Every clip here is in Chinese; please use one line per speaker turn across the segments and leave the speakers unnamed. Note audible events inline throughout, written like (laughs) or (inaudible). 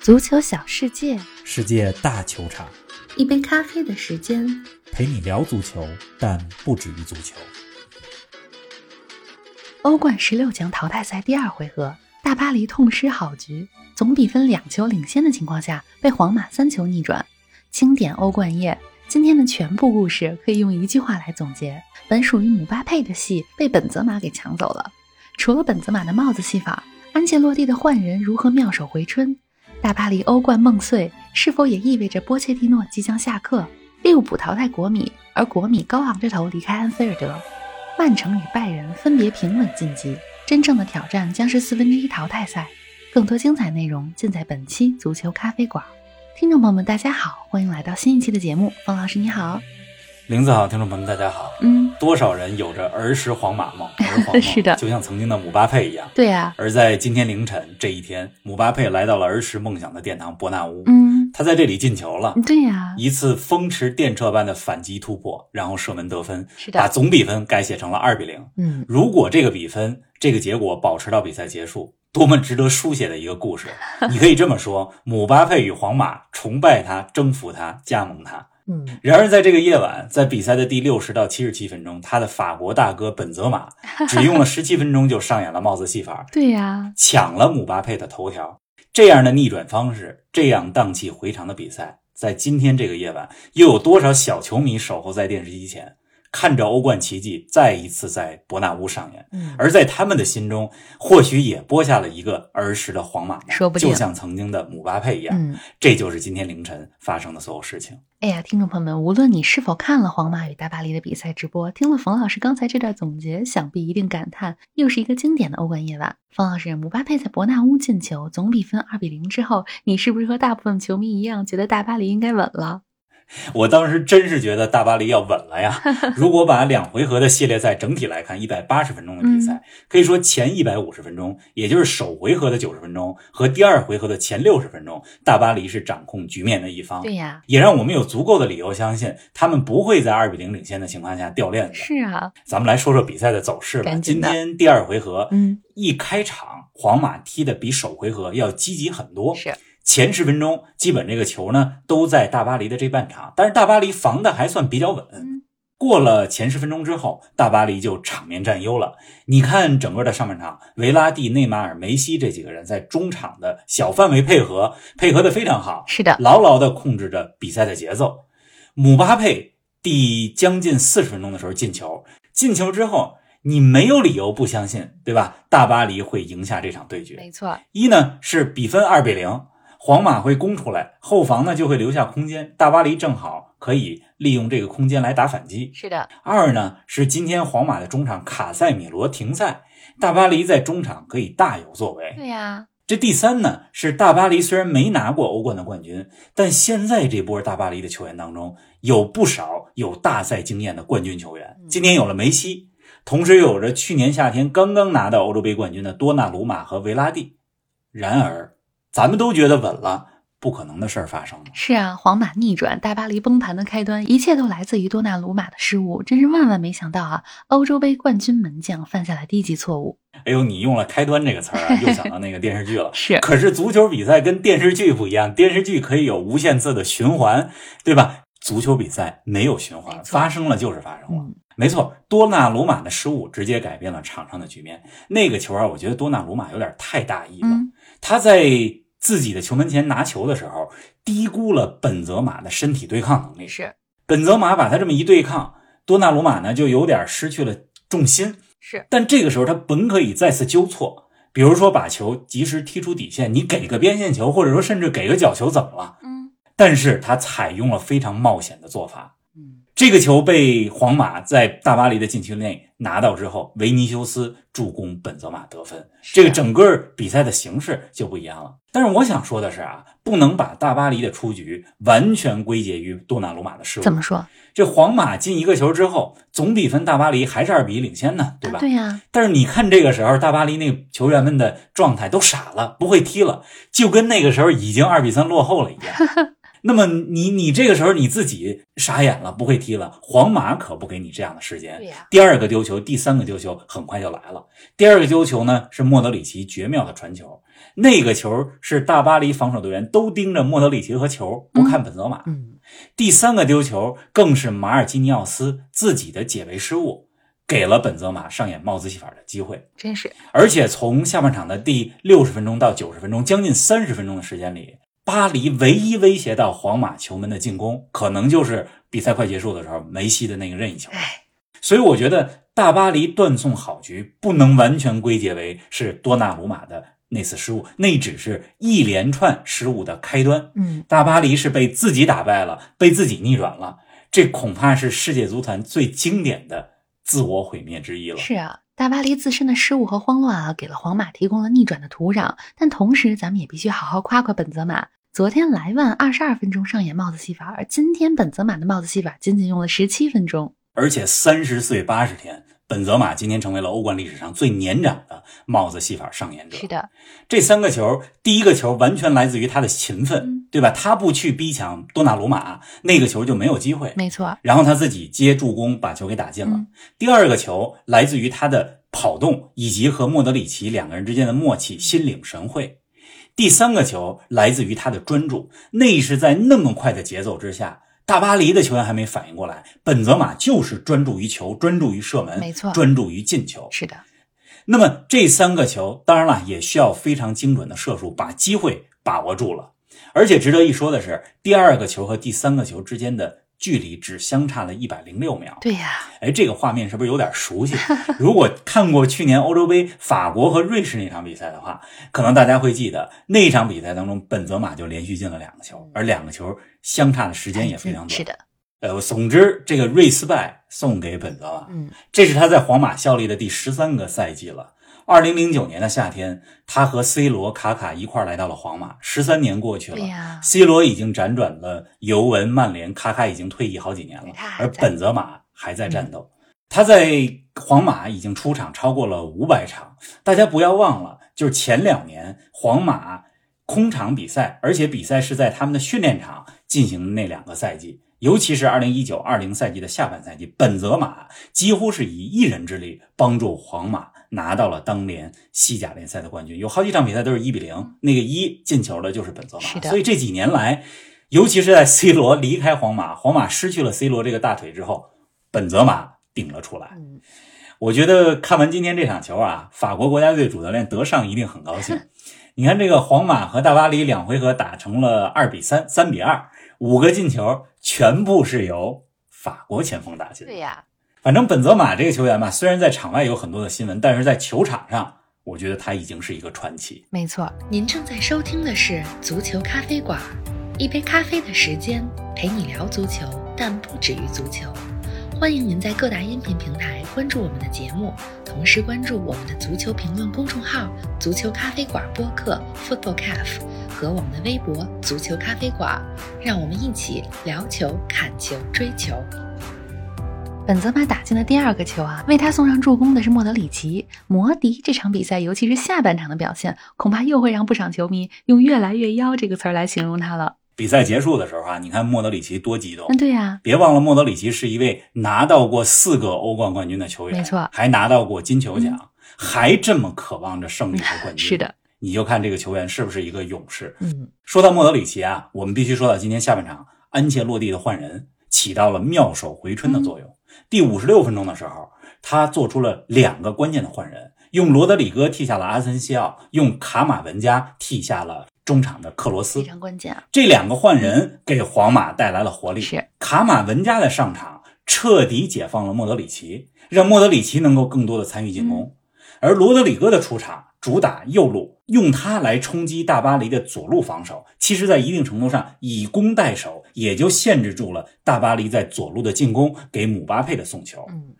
足球小世界，
世界大球场
一杯咖啡的时间。
陪你聊足球，但不止于足球。
欧冠十六强淘汰赛第二回合，大巴黎痛失好局，总比分两球领先的情况下，被皇马三球逆转。经典欧冠夜，今天的全部故事可以用一句话来总结：本属于姆巴佩的戏被本泽马给抢走了。除了本泽马的帽子戏法，安切洛蒂的换人如何妙手回春？大巴黎欧冠梦碎是否也意味着波切蒂诺即将下课？利物浦淘汰国米，而国米高昂着头离开安菲尔德。曼城与拜仁分别平稳晋级，真正的挑战将是四分之一淘汰赛。更多精彩内容尽在本期足球咖啡馆。听众朋友们，大家好，欢迎来到新一期的节目。方老师你好，
林子好，听众朋友们，大家好。
嗯，
多少人有着儿时皇马
(laughs)
梦？儿皇梦
是的
就像曾经的姆巴佩一样。
对啊，
而在今天凌晨这一天，姆巴佩来到了儿时梦想的殿堂伯纳乌，
嗯，
他在这里进球了，
对呀、
一次风驰电掣般的反击突破，然后射门得分，
是
把
的，
总比分改写成了二比零。
嗯，
如果这个比分、这个结果保持到比赛结束，多么值得书写的一个故事！你可以这么说：姆巴佩与皇马崇拜他、征服他、加盟他。
嗯，
然而，在这个夜晚，在比赛的第六十到七十七分钟，他的法国大哥本泽马只用了十七分钟就上演了帽子戏法，
对呀、
抢了姆巴佩的头条。这样的逆转方式，这样荡气回肠的比赛，在今天这个夜晚，又有多少小球迷守候在电视机前，看着欧冠奇迹再一次在伯纳乌上演？
嗯，
而在他们的心中，或许也播下了一个儿时的皇马梦，
说不定
就像曾经的姆巴佩一样。
嗯。
这就是今天凌晨发生的所有事情。
哎呀，听众朋友们，无论你是否看了皇马与大巴黎的比赛直播，听了冯老师刚才这段总结，想必一定感叹，又是一个经典的欧冠夜晚。冯老师，姆巴佩在伯纳乌进球，总比分二比零之后，你是不是和大部分球迷一样，觉得大巴黎应该稳了？
我当时真是觉得大巴黎要稳
(laughs)
了呀！如果把两回合的系列赛整体来看，一百八十分钟的比
嗯
赛，可以说前一百五十分钟，也就是首回合的九十分钟和第二回合的前六十分钟，大巴黎是掌控局面的一方。
对呀，
也让我们有足够的理由相信，他们不会在二比零领先的情况下掉链子。
是啊，
咱们来说说比赛的走势吧。
赶紧
今
的
天第二回合，
嗯，
一开场皇马踢的比首回合要积极很多，
是，
前十分钟基本这个球呢都在大巴黎的这半场，但是大巴黎防的还算比较稳。
嗯
过了前十分钟之后，大巴黎就场面占优了。你看整个的上半场，维拉蒂、内马尔、梅西这几个人在中场的小范围配合，配合的非常好，
是的，
牢牢地控制着比赛的节奏。姆巴佩第将近四十分钟的时候进球，进球之后，你没有理由不相信，对吧？大巴黎会赢下这场对决。
没错，
一呢是比分二比零，皇马会攻出来，后防呢就会留下空间，大巴黎正好可以利用这个空间来打反击。
是的，
二呢是今天皇马的中场卡塞米罗停赛，大巴黎在中场可以大有作为。
对呀，
这第三呢，是大巴黎虽然没拿过欧冠的冠军，但现在这波大巴黎的球员当中，有不少有大赛经验的冠军球员。今年有了梅西，同时有着去年夏天刚刚拿到欧洲杯冠军的多纳鲁马和维拉蒂。然而，咱们都觉得稳了，不可能的事儿发生了。
是啊，皇马逆转大巴黎崩盘的开端，一切都来自于多纳鲁马的失误，真是万万没想到啊！欧洲杯冠军门将犯下了低级错误，
哎呦，你用了“开端”这个词儿啊，又想到那个电视剧了。
(laughs) 是
可是足球比赛跟电视剧不一样，电视剧可以有无限次的循环，对吧？足球比赛没有循环
没，错
发生了就是发生了。
嗯
没错，多纳鲁马的失误直接改变了场上的局面。那个球啊，我觉得多纳鲁马有点太大意了。
嗯，
他在自己的球门前拿球的时候，低估了本泽马的身体对抗能力。
是
本泽马把他这么一对抗，多纳鲁马呢就有点失去了重心。
是。
但这个时候他本可以再次纠错，比如说把球及时踢出底线，你给个边线球，或者说甚至给个角球，怎么了？
嗯
但是他采用了非常冒险的做法。
嗯，
这个球被皇马在大巴黎的禁区内拿到之后，维尼修斯助攻本泽马得分，
是啊
这个整个比赛的形式就不一样了。但是我想说的是啊，不能把大巴黎的出局完全归结于多纳鲁马的失误。
怎么说？
这皇马进一个球之后，总比分大巴黎还是二比一领先呢，对吧？
啊对呀、
但是你看这个时候，大巴黎那个球员们的状态都傻了，不会踢了，就跟那个时候已经二比三落后了一样。那么你你这个时候你自己傻眼了，不会踢了，皇马可不给你这样的时间。
对呀
第二个丢球，第三个丢球很快就来了。第二个丢球呢是莫德里奇绝妙的传球，那个球是大巴黎防守队员都盯着莫德里奇和球，不看本泽马。
嗯，
第三个丢球更是马尔基尼奥斯自己的解围失误，给了本泽马上演帽子戏法的机会。
真是
而且从下半场的第六十分钟到九十分钟，将近三十分钟的时间里，巴黎唯一威胁到皇马球门的进攻，可能就是比赛快结束的时候梅西的那个任意球。
哎，
所以我觉得大巴黎断送好局，不能完全归结为是多纳鲁马的那次失误，那只是一连串失误的开端。
嗯，
大巴黎是被自己打败了，被自己逆转了，这恐怕是世界足坛最经典的自我毁灭之一了。
是啊，大巴黎自身的失误和慌乱啊，给了皇马提供了逆转的土壤。但同时，咱们也必须好好夸夸本泽马。昨天莱万二十二分钟上演帽子戏法，而今天本泽马的帽子戏法仅仅用了十七分钟。
而且三十岁八十天，本泽马今天成为了欧冠历史上最年长的帽子戏法上演者。
是，的，
这三个球，第一个球完全来自于他的勤奋，
嗯
对吧？他不去逼抢多纳鲁马，那个球就没有机会。
没错，
然后他自己接助攻把球给打进了。
嗯
第二个球来自于他的跑动以及和莫德里奇两个人之间的默契，心领神会。第三个球来自于他的专注，那是在那么快的节奏之下，大巴黎的球员还没反应过来，本泽马就是专注于球，专注于射门，
没错
专注于进球。
是的，
那么这三个球，当然了，也需要非常精准的射术，把机会把握住了。而且值得一说的是，第二个球和第三个球之间的距离只相差了一百零六秒。
对呀、
哎，这个画面是不是有点熟悉？ (laughs) 如果看过去年欧洲杯法国和瑞士那场比赛的话，可能大家会记得那一场比赛当中，本泽马就连续进了两个球，而两个球相差的时间也非常
嗯
短。
是的，
呃，总之这个瑞斯拜送给本泽马，
嗯，
这是他在皇马效力的第十三个赛季了。二零零九年的夏天，他和 C 罗、卡卡一块儿来到了皇马。十三年过去了、
对哎呀
c 罗已经辗转了尤文、曼联，卡卡已经退役好几年了
对他，还
而
在
本泽马还在战斗。他在皇马已经出场超过了五百场。大家不要忘了，就是前两年皇马空场比赛，而且比赛是在他们的训练场进行的那两个赛季，尤其是二零一九二零赛季的下半赛季，本泽马几乎是以一人之力帮助皇马拿到了当年西甲联赛的冠军，有好几场比赛都是一比零，那个一进球的就是本泽
是
马，
的
所以这几年来。尤其是在 C 罗离开皇马，皇马失去了 C 罗这个大腿之后，本泽马顶了出来。
嗯，
我觉得看完今天这场球啊，法国国家队主教练德尚一定很
(laughs)
高兴。你看这个皇马和大巴黎两回合打成了二比三、三比二，五个进球全部是由法国前锋打进。
对呀、
反正本泽马这个球员吧，虽然在场外有很多的新闻，但是在球场上，我觉得他已经是一个传奇。
没错。
您正在收听的是《足球咖啡馆》，一杯咖啡的时间陪你聊足球，但不止于足球。欢迎您在各大音频平台关注我们的节目，同时关注我们的足球评论公众号“足球咖啡馆”播客 （Football Cafe） 和我们的微博“足球咖啡馆”，让我们一起聊球、看球、追球。
本泽马打进的第二个球啊，为他送上助攻的是莫德里奇。摩迪这场比赛，尤其是下半场的表现，恐怕又会让不少球迷用“越来越妖”这个词儿来形容他了。
比赛结束的时候啊，你看莫德里奇多激动
那，对啊呀、
别忘了，莫德里奇是一位拿到过四个欧冠冠军的球员，
没错嗯
还拿到过金球奖，还这么渴望着胜利和冠军。
是，的，
你就看这个球员是不是一个勇士。
嗯，
说到莫德里奇啊，我们必须说到今天下半场安切洛蒂的换人起到了妙手回春的作用。
嗯
第五十六分钟的时候，他做出了两个关键的换人，用罗德里戈替下了阿森西奥，用卡马文加替下了中场的克罗斯。
非常关键啊。
这两个换人给皇马带来了活力。
是
卡马文加的上场彻底解放了莫德里奇，让莫德里奇能够更多的参与进
嗯
攻。而罗德里戈的出场主打右路，用他来冲击大巴黎的左路防守，其实在一定程度上以攻代守，也就限制住了大巴黎在左路的进攻，给姆巴佩的送球。
嗯，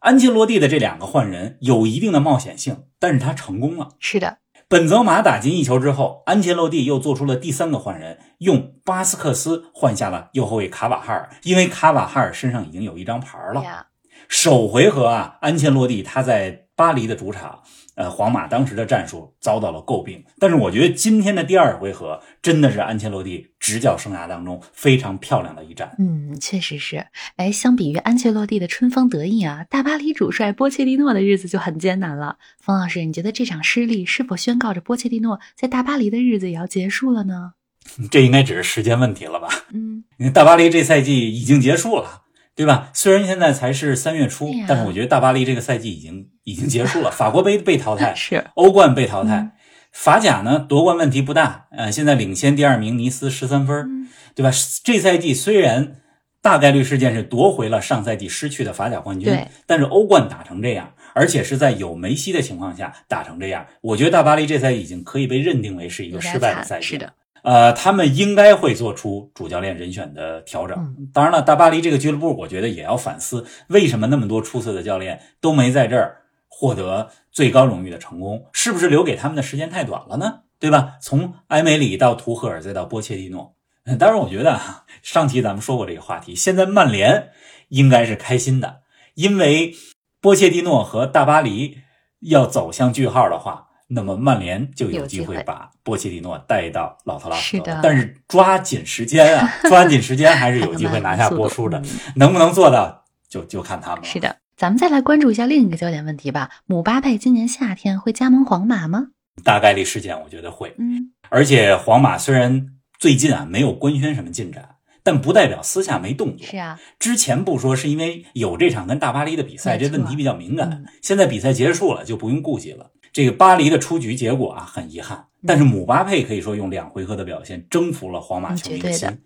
安切洛蒂的这两个换人有一定的冒险性，但是他成功了。
是的，
本泽马打进一球之后，安切洛蒂又做出了第三个换人，用巴斯克斯换下了右后卫卡瓦哈尔，因为卡瓦哈尔身上已经有一张牌了。
呀，
首回合啊，安切洛蒂他在巴黎的主场，呃，皇马当时的战术遭到了诟病。但是我觉得今天的第二回合真的是安切洛蒂执教生涯当中非常漂亮的一战。
嗯，确实是。哎，相比于安切洛蒂的春风得意啊，大巴黎主帅波切蒂诺的日子就很艰难了。冯老师，你觉得这场失利是否宣告着波切蒂诺在大巴黎的日子也要结束了呢？
这应该只是时间问题了吧？
嗯，
因为大巴黎这赛季已经结束了，对吧？虽然现在才是三月初，
对呀
但是我觉得大巴黎这个赛季已经已经结
(laughs)
束了。法国杯被淘汰，
是。
欧冠被淘汰，
嗯
法甲呢夺冠问题不大，呃，现在领先第二名尼斯十三分，
嗯
对吧？这赛季虽然大概率事件是夺回了上赛季失去的法甲冠军
对，
但是欧冠打成这样，而且是在有梅西的情况下打成这样，我觉得大巴黎这赛季已经可以被认定为是一
有
个
点
失败的
惨
赛季。
是的，
呃，他们应该会做出主教练人选的调整。
嗯
当然了，大巴黎这个俱乐部，我觉得也要反思，为什么那么多出色的教练都没在这儿获得最高荣誉的成功？是不是留给他们的时间太短了呢？对吧？从埃梅里到图赫尔，再到波切蒂诺。呃当然，我觉得啊，上期咱们说过这个话题，现在曼联应该是开心的，因为波切蒂诺和大巴黎要走向句号的话，那么曼联就
有
有
机
机会
会
把波切蒂诺带到老特拉
是
福德
的。
了但是抓紧时间啊，抓紧时间还是有
看看
机会
曼
拿
联
下
速
波
度
叔的
嗯，
能不能做到就就看他们了。
是的，咱们再来关注一下另一个焦点问题吧。姆巴佩今年夏天会加盟皇马吗？
大概率事件我觉得会。
嗯，
而且皇马虽然最近啊没有官宣什么进展，但不代表私下没动作。
是啊，
之前不说，是因为有这场跟大巴黎的比赛，
没错
这问题比较敏感
嗯。
现在比赛结束了，就不用顾忌了。这个巴黎的出局结果啊，很遗憾。但是姆巴佩可以说用两回合的表现征服了皇马球
嗯
迷
嗯绝对
心
的。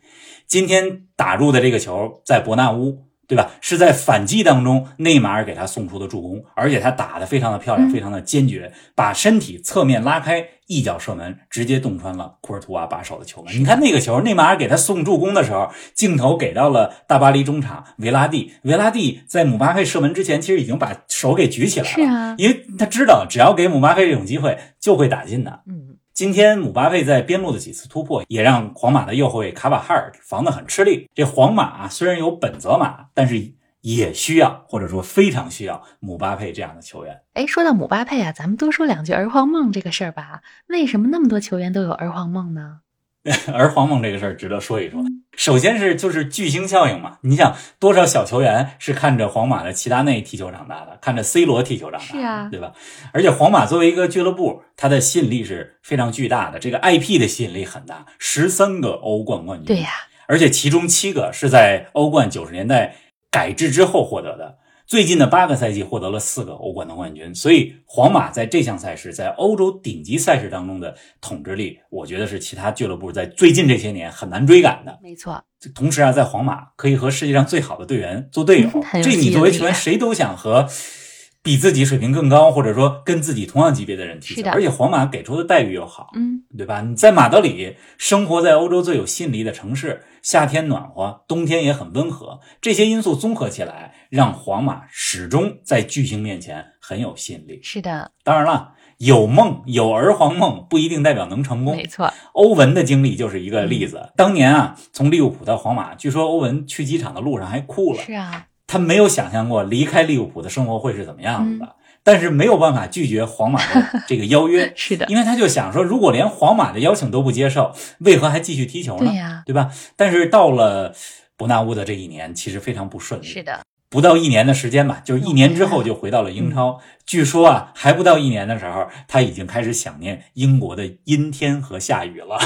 今天打入的这个球在伯纳乌，对吧？是在反击当中，内马尔给他送出的助攻，而且他打得非常的漂亮，
嗯
非常的坚决，把身体侧面拉开，一脚射门，直接洞穿了库尔图瓦把守的球门。你看那个球，内马尔给他送助攻的时候，镜头给到了大巴黎中场维拉蒂，维拉蒂在姆巴佩射门之前，其实已经把手给举起来了，
是啊
因为他知道只要给姆巴佩这种机会，就会打进的。
嗯，
今天姆巴佩在边路的几次突破，也让皇马的右后卫卡瓦哈尔防得很吃力。这皇马、啊、虽然有本泽马，但是也需要或者说非常需要姆巴佩这样的球员。
哎，说到姆巴佩啊，咱们多说两句儿皇梦这个事儿吧。为什么那么多球员都有儿皇梦呢？
(laughs) 而黄梦这个事儿值得说一说
嗯。
首先是就是巨星效应嘛，你想多少小球员是看着皇马的齐达内踢球长大的，看着 C 罗踢球长大的，
是啊
对吧？而且皇马作为一个俱乐部，它的吸引力是非常巨大的，这个 IP 的吸引力很大，十三个欧冠冠军，
对呀、
而且其中七个是在欧冠九十年代改制之后获得的。最近的八个赛季获得了四个欧冠的冠军，所以皇马在这项赛事在欧洲顶级赛事当中的统治力，我觉得是其他俱乐部在最近这些年很难追赶的。
没错，
同时啊，在皇马可以和世界上最好的队员做队友
嗯很，有
这
吸
你
引
作为
力啊
球员谁都想和比自己水平更高，或者说跟自己同样级别的人踢
是
球。
的
而且皇马给出的待遇又好，
嗯，
对吧？你在马德里生活在欧洲最有吸引力的城市，夏天暖和，冬天也很温和，这些因素综合起来，让皇马始终在巨星面前很有吸引力。
是的，
当然了，有梦有儿皇梦不一定代表能成功
没。错，嗯
欧文的经历就是一个例子。当年啊，从利物浦到皇马，据说欧文去机场的路上还哭了，
是啊，
他没有想象过离开利物浦的生活会是怎么
嗯
样子的。但是没有办法拒绝皇马
(laughs)
的这个邀约，
是的，
因为他就想说，如果连皇马的邀请都不接受，为何还继续踢球呢？
对呀、
对吧？但是到了伯纳乌的这一年，其实非常不顺利，
是 (laughs) 嗯的，
不到一年的时间吧，就是一年之后就回到了英超。据说啊，还不到一年的时候，他已经开始想念英国的阴天和下雨了。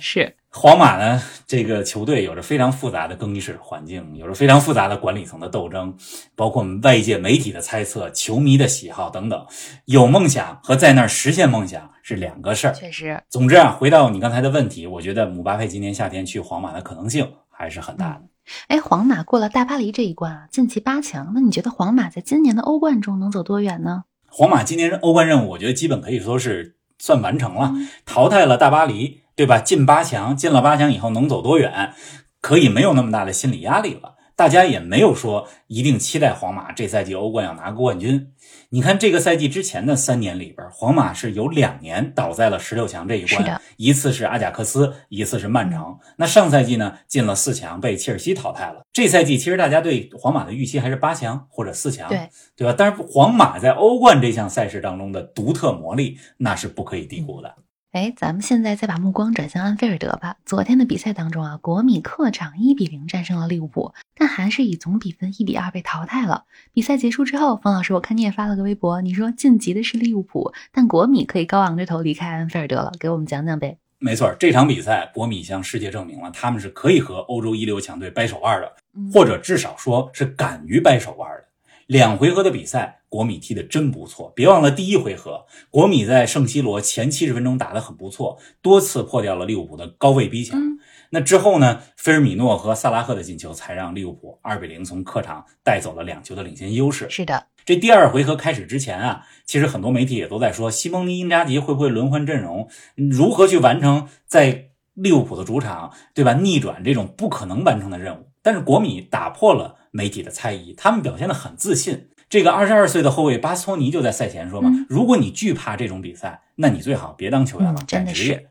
是，
皇马呢，这个球队有着非常复杂的更衣室环境，有着非常复杂的管理层的斗争，包括外界媒体的猜测、球迷的喜好等等。有梦想和在那儿实现梦想是两个事儿。
确实，
总之啊，回到你刚才的问题，我觉得姆巴佩今年夏天去皇马的可能性还是很大的。
哎，皇马过了大巴黎这一关啊，晋级八强。那你觉得皇马在今年的欧冠中能走多远呢？
皇马今年欧冠任务，我觉得基本可以说是算完成了，
嗯
淘汰了大巴黎，对吧？进八强，进了八强以后能走多远，可以没有那么大的心理压力了。大家也没有说一定期待皇马这赛季欧冠要拿个冠军，你看这个赛季之前的三年里边，皇马是有两年倒在了十六强这一
是的嗯
关，一次是阿贾克斯，一次是曼城。那上赛季呢，进了四强被切尔西淘汰了。这赛季其实大家对皇马的预期还是八强或者四强，
对
对吧？但是皇马在欧冠这项赛事当中的独特魔力，那是不可以低估的。
哎，咱们现在再把目光转向安菲尔德吧。昨天的比赛当中啊，国米客场一比零战胜了利物浦，但还是以总比分一比二被淘汰了。比赛结束之后，冯老师，我看你也发了个微博，你说晋级的是利物浦，但国米可以高昂着头离开安菲尔德了，给我们讲讲呗。
没错，这场比赛国米向世界证明了他们是可以和欧洲一流强队掰手腕的，
嗯
或者至少说是敢于掰手腕的。两回合的比赛，国米踢得真不错。别忘了第一回合，国米在圣西罗前七十分钟打得很不错，多次破掉了利物浦的高位逼抢。
嗯
那之后呢，菲尔米诺和萨拉赫的进球才让利物浦二比零从客场带走了两球的领先优势。
是的，
这第二回合开始之前啊，其实很多媒体也都在说，西蒙尼因扎吉会不会轮换阵容，嗯如何去完成在利物浦的主场，对吧？逆转这种不可能完成的任务。但是国米打破了媒体的猜疑，他们表现得很自信。这个二十二岁的后卫巴斯托尼就在赛前说嘛，
嗯
如果你惧怕这种比赛，那你最好别当球员了
嗯，真
改
的
职
是
业。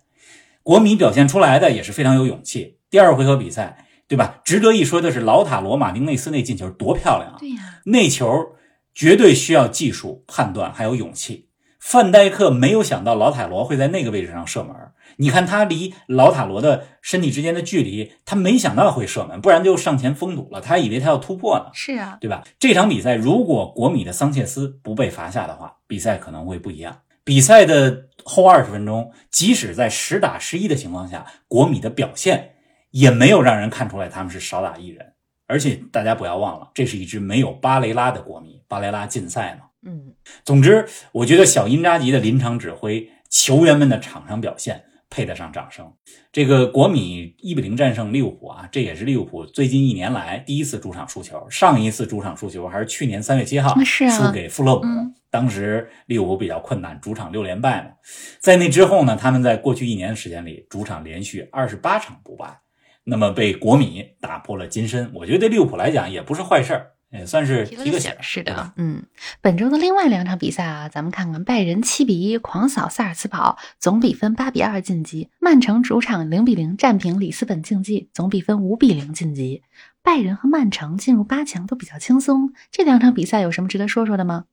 国米表现出来的也是非常有勇气。第二回合比赛，对吧？值得一说的是，老塔罗马丁内斯那进球多漂亮啊！
对呀、
那球绝对需要技术判断，还有勇气。范戴克没有想到老塔罗会在那个位置上射门，你看他离老塔罗的身体之间的距离，他没想到会射门，不然就上前封堵了，他还以为他要突破呢，
是啊，
对吧？这场比赛如果国米的桑切斯不被罚下的话，比赛可能会不一样。比赛的后二十分钟，即使在十打十一的情况下，国米的表现也没有让人看出来他们是少打一人。而且大家不要忘了，这是一支没有巴雷拉的国米，巴雷拉禁赛嘛。
嗯，
总之，我觉得小因扎吉的临场指挥、球员们的场上表现配得上掌声。这个国米一比零战胜利物浦啊，这也是利物浦最近一年来第一次主场输球。上一次主场输球还是去年三月七号
那是啊
输给富勒姆，
嗯
当时利物浦比较困难，主场六连败嘛。在那之后呢，他们在过去一年的时间里，主场连续二十八场不败，那么被国米打破了金身。我觉得对利物浦来讲也不是坏事儿，也算是
提了
提
个
个
醒
醒
儿，是
对吧
的，嗯，本周的另外两场比赛啊，咱们看看拜仁七比一狂扫萨尔茨堡，总比分八比二晋级；曼城主场零比零战平里斯本竞技，总比分五比零晋级。拜仁和曼城进入八强都比较轻松，这两场比赛有什么值得说说的吗？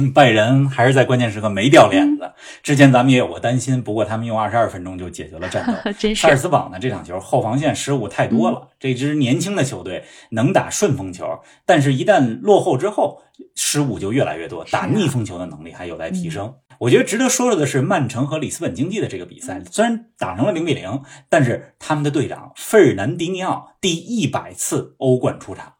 (laughs) 拜仁还是在关键时刻没掉链子。之前咱们也有过担心，不过他们用二十二分钟就解决了战斗。
真
萨尔茨堡呢，这场球后防线失误太多
嗯
了。这支年轻的球队能打顺风球，但是一旦落后之后，失误就越来越多，
是啊
打逆风球的能力还有待提升。我觉得值得说说的是，曼城和里斯本竞技的这个比
嗯
赛，虽然打成了零比零，但是他们的队长费尔南迪尼奥第一百次欧冠出场，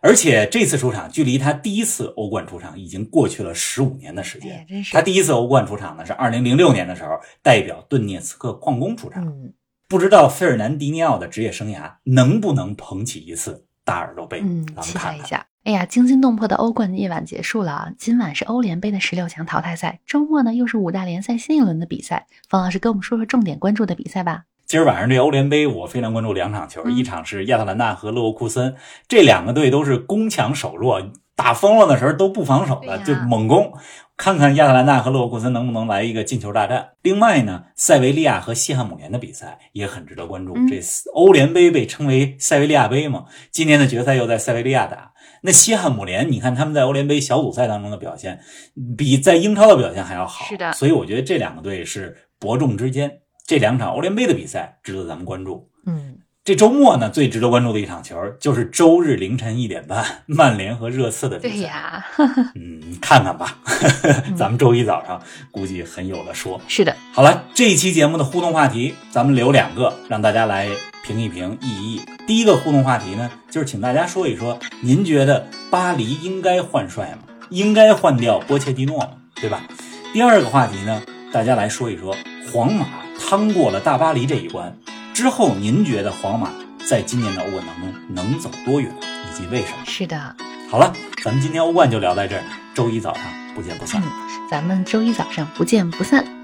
而且这次出场距离他第一次欧冠出场已经过去了十五年的时
哎呀
间。，
真是
他第一次欧冠出场呢是二零零六年的时候，代表顿涅茨克矿工出场。
嗯
不知道费尔南迪尼奥的职业生涯能不能捧起一次大耳朵杯？
嗯，
咱们
期待
看
一
看。
下。哎呀，惊心动魄的欧冠夜晚结束了啊！今晚是欧联杯的十六强淘汰赛，周末呢又是五大联赛新一轮的比赛。方老师跟我们说说重点关注的比赛吧。
今儿晚上这欧联杯，我非常关注两场球，
嗯
一场是亚特兰大和勒沃库森，这两个队都是攻强守弱，打疯了的时候都不防守
对
的，
呀
就猛攻。看看亚特兰大和勒沃库森能不能来一个进球大战。另外呢，塞维利亚和西汉姆联的比赛也很值得关注。
嗯
这欧联杯被称为塞维利亚杯嘛，今年的决赛又在塞维利亚打。那西汉姆联，你看他们在欧联杯小组赛当中的表现，比在英超的表现还要好。
是的
所以我觉得这两个队是伯仲之间。这两场欧联杯的比赛值得咱们关注。
嗯，
这周末呢，最值得关注的一场球就是周日凌晨一点半， (laughs) 曼联和热刺的比赛。
对呀，嗯
嗯，看看吧， (laughs) 咱们周一早上估计很有的说。
是的，
好了，这一期节目的互动话题，咱们留两个，让大家来评一评、议一议。第一个互动话题呢，就是请大家说一说，您觉得巴黎应该换帅吗？应该换掉波切蒂诺吗？对吧？第二个话题呢，大家来说一说，皇马趟过了大巴黎这一关之后，您觉得皇马在今年的欧冠当中能走多远，以及为什么？
是的。
好了，咱们今天欧冠就聊在这儿，周一早上不见不散。
嗯咱们周一早上不见不散。